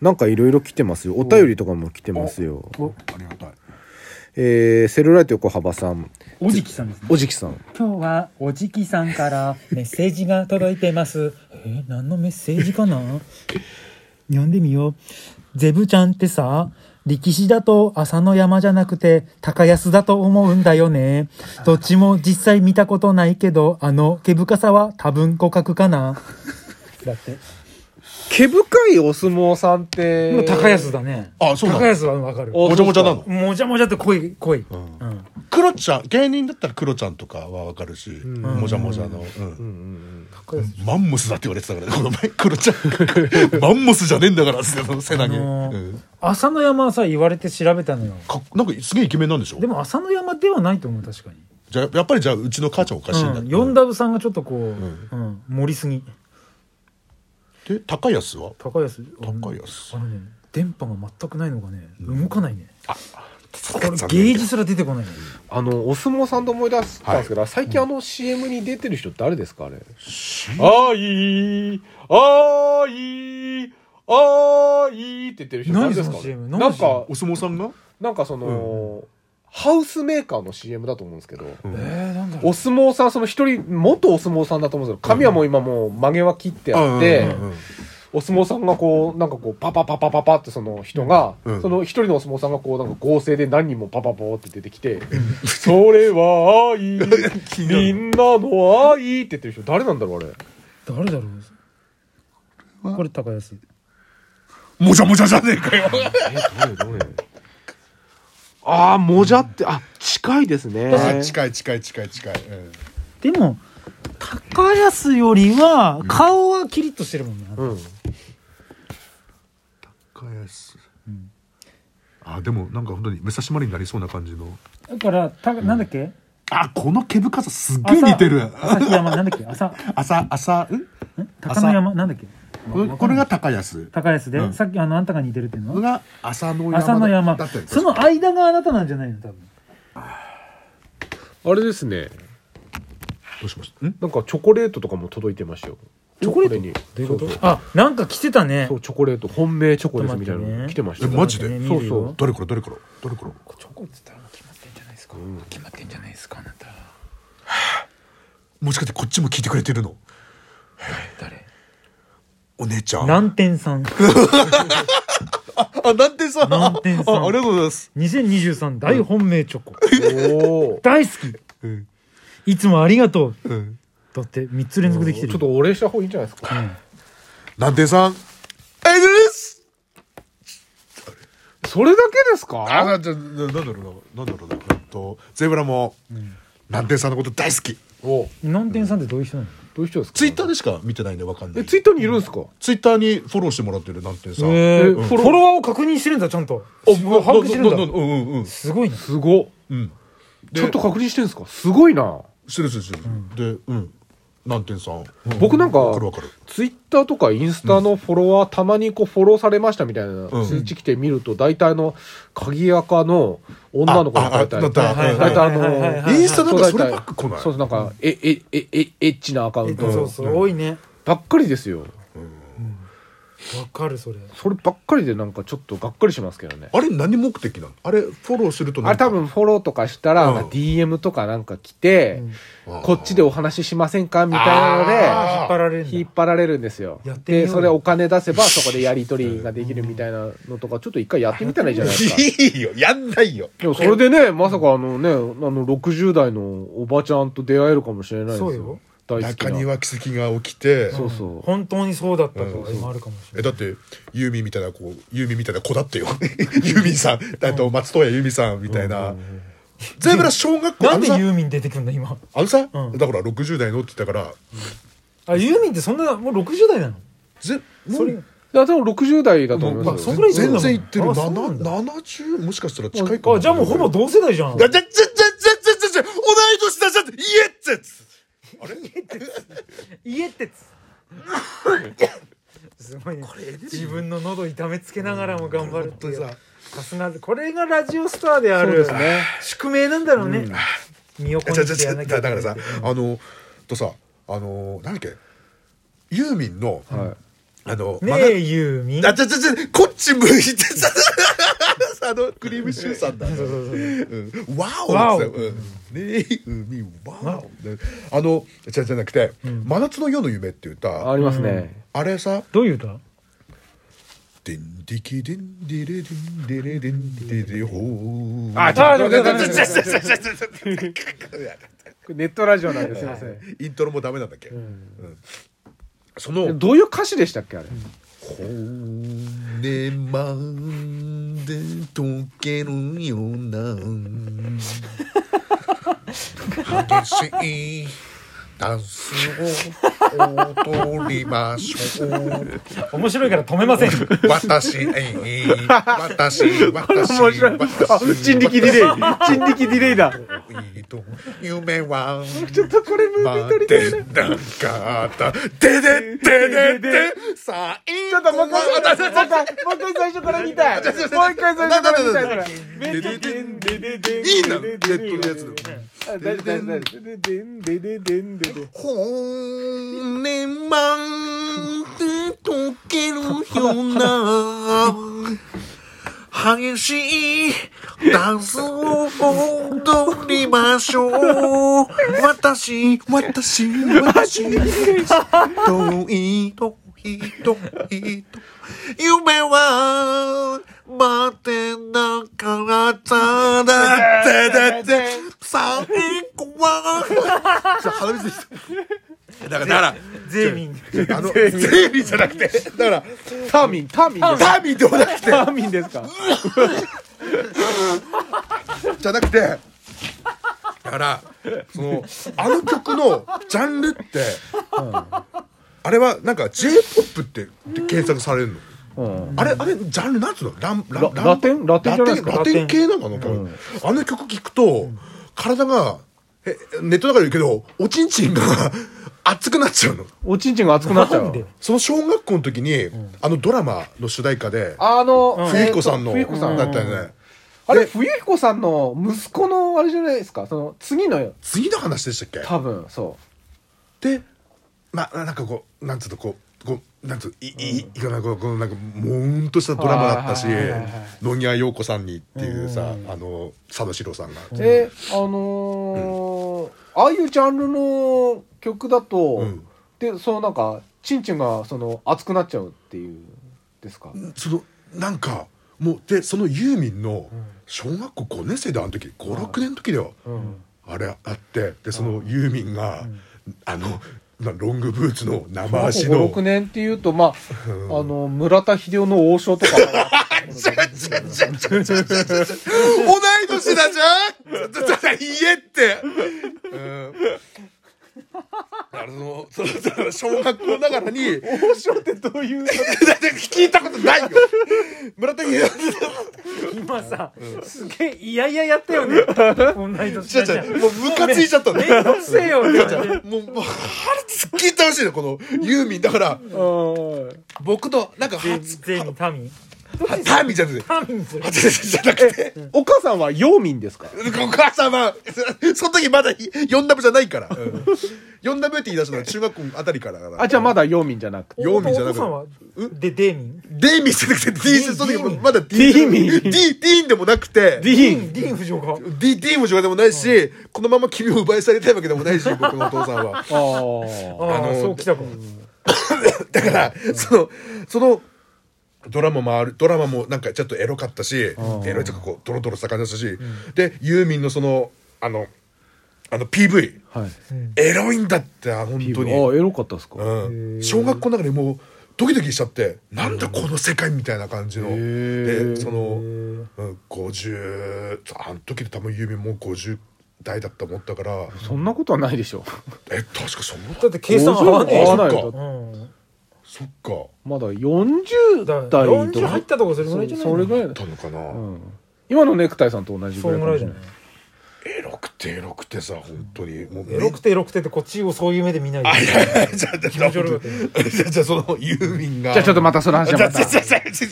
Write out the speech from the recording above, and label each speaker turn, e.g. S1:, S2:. S1: なんかいろいろ来てますよお便りとかも来てますよ
S2: お
S3: ありがたい
S1: えー、セルライト横幅さん
S2: おじきさんですね
S1: おじきさん
S2: 今日はおじきさんからメッセージが届いてます。えー、何のメッセージかな読んでみよう。ゼブちゃんってさ、力士だと浅野山じゃなくて高安だと思うんだよね。どっちも実際見たことないけど、あの毛深さは多分互角かな。だって。
S1: 毛深いお相撲さんって
S2: もう高安だね。
S3: あそうなの
S2: 高安はわかる。
S1: お
S3: もじゃもじゃなの
S2: もじゃもじゃって濃い、濃い。
S3: ん
S2: うん
S3: クロちゃん芸人だったらクロちゃんとかはわかるし、もじゃもじゃの、
S1: う
S3: うん
S1: んうん
S2: 高安
S3: マンモスだって言われてたからねこの前クロちゃんマンモスじゃねえんだからっつってその背投げ、
S2: あのー
S3: うん
S2: 浅野山はさ、言われて調べたのよ。
S3: かっなんかすげえイケメンなんでしょ
S2: でも浅野山ではないと思う確かに、
S3: じゃあやっぱりじゃあうちの母ちゃんおかしいんだ、
S2: うん、4ダブさんがちょっとこう、うん
S3: ん
S2: 盛りすぎ
S3: で高安は
S2: 高安
S3: 高安
S2: あのね電波が全くないのがね動かないね、
S3: こ
S2: これゲージすら出てこないね
S1: あのお相撲さんと思い出したんですけど、最近あの CM に出てる人誰ですかあれあいあいあいって言ってる人誰ですか
S2: 何その CM
S1: な
S2: 何
S1: ん
S2: その
S1: か
S3: お相撲さんが
S1: なんかその、ハウスメーカーの CM だと思うんですけど、
S3: うん
S2: えー、なんだろ
S1: お相撲さんその一人元お相撲さんだと思うんですけど髪はもう今もう曲げは切ってあって、
S3: うんうんうんうん
S1: お相撲さんがこうなんかこうパパパパパパってその人が、
S3: うん
S1: その一人のお相撲さんがこうなんか合成で何人もパパパーって出てきて「 それは 愛
S3: 気にな
S1: み
S3: る
S1: んなの愛」って言ってる人誰なんだろうあれ
S2: う誰だろうこれ高安
S3: もじゃもじゃじゃねえかよ
S1: えどれどれああもじゃってあ近いですね
S3: あ近い近い近い近い、うん
S2: でも高安よりは顔はキリッとしてるもんな、
S1: うん
S3: 高安、あでもなんか本当に武蔵丸になりそうな感じの
S2: だからたなんだっけ、
S3: あこの毛深さすっげえ
S2: 朝
S3: 似てる
S2: 朝日山なんだっけ朝
S3: 朝朝ん
S2: 高野山なんだっけ
S3: これこれが高安
S2: 高安で、
S3: うん
S2: さっきあのあんたが似てるっていう
S3: これ
S2: のは
S3: が朝の山
S2: 朝の山
S3: だったよ
S2: その間があなたなんじゃないの多分
S1: あれですね
S3: どうしましたん
S1: なんかチョコレートとかも届いてましたよ
S2: チョコレート
S1: これに
S2: どういうこと
S1: そうそう
S2: あなんか来てたね
S1: そうチョコレート本命チョコですみたいなの
S2: ちょっと待ってね
S1: 来てました
S3: えマジで
S2: 見る
S1: そ
S2: よ
S1: うそう
S3: 誰から誰から誰から
S2: チョコっつったら決まってんじゃないですか、決まってんじゃないですかあなた
S3: もしかしてこっちも聞いてくれてるの
S2: 誰
S3: お姉ちゃん
S2: 南天さん
S3: あなんてさ
S2: なんてさ
S3: あありがとうございます
S2: 2023大本命チョコ、
S1: おー
S2: 大好き
S3: うん
S2: いつもありがとう
S3: うん
S2: だって3つ連続できてる
S1: ちょっとお礼した方がいいんじゃないです か
S3: なんてさんえです
S1: それだけです
S3: あ
S1: か
S3: なじゃななんだろうななんだろうなえっとゼブラもなんてさんのこと大好き
S1: お
S2: 南天さんってどういう人なの
S1: どういう人ですか
S3: ツイッターでしか見てないんでわかんな
S1: え
S3: い
S1: ツイッターにいるんですか
S3: ツイッターにフォローしてもらってるなんてさん
S2: えー
S1: うん
S2: フォロワーを確認してるんだちゃんと
S3: お
S2: もう把握してるんだ
S3: なななうんうんうん
S2: すごいな
S1: すご
S3: うんで
S1: ちょっと確認してるんですかすごいな
S3: してるしてるしてるでうん南天さん
S1: 僕なんか
S3: わかるわかる
S1: ツイッターとかインスタのフォロワーたまにこうフォローされましたみたいな通知来て見ると大体あの鍵垢の女の子が書いてあ
S3: ああだ
S1: る
S3: っ
S1: 大
S3: た
S1: 体あ
S2: はいはいはいはいは
S1: の
S2: い
S3: インスタなんかそればっか来
S1: そう
S3: ない
S1: そうなんかええええエッチなアカウ
S2: えっ
S1: ン
S2: とそう
S1: ト
S2: そう多いね
S1: ばっかりですよ
S2: わかるそれ
S1: そればっかりでなんかちょっとがっかりしますけどね
S3: あれ何目的なのあれフォローすると
S1: あれ多分フォローとかしたら、
S3: うん
S1: なんか DM とかなんか来て、こっちでお話ししませんかみたいな
S3: あ
S2: 引っ張られる
S1: ので、
S2: んだ
S1: 引っ張られるんですよ
S2: やっ。てみよう
S1: で、
S2: よ
S1: それお金出せばそこでやり取りができるみたいなのとか、ちょっと一回やってみたらいいじゃないですか。
S3: いいよやんないよ
S1: でもそれでね、まさかあのね、あの60代のおばちゃんと出会えるかもしれないですよ。
S2: そうよ
S1: 大好き
S3: 中
S1: な。
S3: には奇跡が起きて
S1: そうそう。
S2: 本当にそうだったとか今あるかもしれ
S3: え
S2: ない
S3: だってユーミンみたいな子ユーミンみたいな子だってよ ユーミンさんあと松任谷由実さんみたいな全部ら小学校
S2: な
S3: あ
S2: ん
S3: の
S2: で
S3: さ
S2: ユーミン出てくんだ今
S3: あのさ
S2: うん
S3: だから60代のって言ったから
S2: あユーミンってそんなもう60代なの
S3: ぜ
S2: それ
S1: いや、多分60代だと思います
S2: そ
S1: よ。
S2: んぐらいいるんだも
S3: 全
S2: ん
S3: 然いってる
S2: あそうなんだ
S3: 70もしかしたら近いかも
S2: あじゃあもうほぼ同世代じゃん
S3: だだだだだだだだ同い年だじゃんイエッツ
S2: 家ってつすごいね自分の喉痛めつけながらも頑張るっていうさすがこれがラジオスターであ
S1: そう
S2: る
S1: ですね。
S2: 宿命なんだろうね、身を
S3: じ
S2: 粉
S3: ゃ
S2: に
S3: じ
S2: して
S3: ゃじ
S2: や
S3: ゃ
S2: らなきゃ
S3: だ
S2: いけ
S3: だ
S2: ない
S3: からさあのとさあのなんだっけユーミンの
S1: は
S3: あの、
S2: ね
S3: まな
S2: え、ユーミン。
S3: あ、ちょちょちょ、こっち向いてさ、あの、クリームシューさんだ。
S2: そうそうそう。
S3: うんわ
S2: わ
S3: お
S2: お
S3: ですようんねえ、海、わお。あの、じゃじゃなくて、真夏の夜の夢っていう
S1: あ
S3: 歌、
S1: りますね。
S3: あれさ、
S2: どういう歌
S3: デンディキデンディレデンディレデンディレデホー。
S1: あ、ちょっと待って待って待って待ってこれネットラジオなんですいません。
S3: イントロもダメなんだっけうんその、
S1: どういう歌詞でしたっけあれ。
S3: 骨まで溶けるような激しいダンスを踊りましょう
S2: 面白いから止めません。
S3: 私、えー、私、私、
S1: 面白い。あ、
S3: 私、
S1: 人力ディレイ。人力ディレイだ。
S3: 夢は、
S1: ちょっとこれムービー撮り
S3: 待
S1: たいな。
S3: てなかった。ででででで、最
S1: ちょっともう一回、もう一回、もう一回最初から見たい。もう一回最初から見たいそれ。
S3: いいな、ネットのやつ。
S1: あ大丈夫大丈夫大丈夫ででんでででんでで。
S3: 本年まで溶けるような激しいダンスを踊りましょう私私私遠い遠い遠い夢は待てなかっただだだだ最後は 鼻水だから、だか
S2: ゼーミン。
S3: ら、あの、 ゼービーじゃなくて、だから、
S1: ターミン、ターミンです。
S3: ターミンでもなくて、
S1: ターミンですか
S3: じゃなくて、だから、その、あの曲のジャンルって、あれは、なんか J-POP ってって検索されるの。
S1: うん。
S3: あれ、あれ、ジャンルなんつうのランラン
S1: ララテンラテンじゃないですか
S3: ラテン系なのあの曲、あの曲聞くと、体が、え、ネットの中で言うけど、おちんちんが熱くなっちゃうの。
S1: おちんちんが熱くなっちゃ
S2: なんで
S1: う。
S3: その小学校の時に、あのドラマの主題歌で、
S1: あの、
S3: 冬彦さんの、
S1: 冬彦さん
S3: だったよね。
S1: あれ、冬彦さんの息子のあれじゃないですかその次のよ。
S3: 次の話でしたっけ
S1: 多分、そ
S3: でまあなんかこうなんつうのこうこうなんつういいいかなこうこうなんかもうんとしたドラマだったし
S1: はいはいはいはい
S3: 野際陽子さんにっていうさあの佐野史郎さんが
S1: う。で、あのー、ああいうジャンルの曲だと
S3: ん、
S1: で、そのなんか、ちんちんがその熱くなっちゃうっていう、ですか
S3: そのなんかもうでそのユーミンの小学校5年生であの時56年の時だよ
S1: うん。
S3: あれあってでそのユーミンがあのなロングブーツの生足の
S1: 5、6年っていうと、まあ、あの、村田秀夫の王将とか。
S3: 同い年だじゃんちょっと言えって。うん。あの、その、その小学校ながらに、
S1: 王将ってどういう、
S3: だって聞いたことないよ村田優
S2: 今さ、すげえ、いやいややったよね。こんな人
S3: ちょ
S2: じ
S3: ち
S2: ゃ
S3: ょ
S2: ん。
S3: もうムカついちゃったの。
S2: めんどくせえよ、って
S3: じゃあもう、もう、聞いてほしいの、このユーミン。だから、
S1: うん
S3: 僕と、なんか、はつ、
S2: ゼーミン、タミン。
S3: はタミじゃなくて、
S2: タミンする
S3: は。つじゃなくて、
S1: お母さんは陽民ですか
S3: お母様、その時まだ4ダブじゃないから。4ダブって言い出したのは中学校あたりからだから。
S1: あ、じゃあまだ陽民じゃなくて。
S3: ヨーミンじゃなく
S2: お父さんは、で、デーミン。
S3: デイミンじゃなくて、ディーン、その時もまだデ
S1: ィーミン
S3: ディー、ディーンでもなくて、
S1: ディ
S2: ディ
S1: ー
S2: ーン、
S1: ン。
S2: ディーン不条が。
S3: ディ、ディーンも上でもないし、このまま君を奪い去りたいわけでもない し、僕のお父さんは。
S1: あー
S2: ああ、
S3: の
S2: そう来たか。
S3: だから、その、その、ドラマもある、ドラマもなんかちょっとエロかったし、エロいとかこう、ドロドロした感じだったし、で、ユーミンのその、あの、あの PV、
S1: はい。
S3: エロいんだって、本当に。
S1: ああ、エロかったですか。
S3: うん、小学校の中でもうドキドキしちゃってなんだこの世界みたいな感じの
S1: ー
S3: でその、うん、50あの時で多分ユーミンもう50代だったもんだから
S1: そんなことはないでしょ。
S3: え確かその
S2: だって計算合わねえ
S1: 合
S2: よ。
S1: わない
S3: そっ
S1: よ
S3: か。
S2: うん。
S3: そっか
S1: まだ40
S2: だ
S1: 代
S2: から
S1: と
S2: 40入
S1: か
S2: っ。たとこそれぐらいじゃない
S1: それぐらい
S3: だっ
S1: だ。
S3: たのかな、
S1: うん今のネクタイさんと同じ
S2: そ
S1: ぐら
S2: れ
S1: いからもし
S2: ぐいじ
S1: れ
S2: ゃ
S1: な
S2: ないい。
S3: エロくてエロくてさ本当にもう
S2: エロくてエロくてってこっちをそういう目で見ないで。
S3: てじゃあじゃあ
S2: 持ち悪かった
S3: じゃあじゃあそのユーミンが
S1: じゃあちょっとまたその話はまた。
S3: じゃあじゃあじゃあじゃあ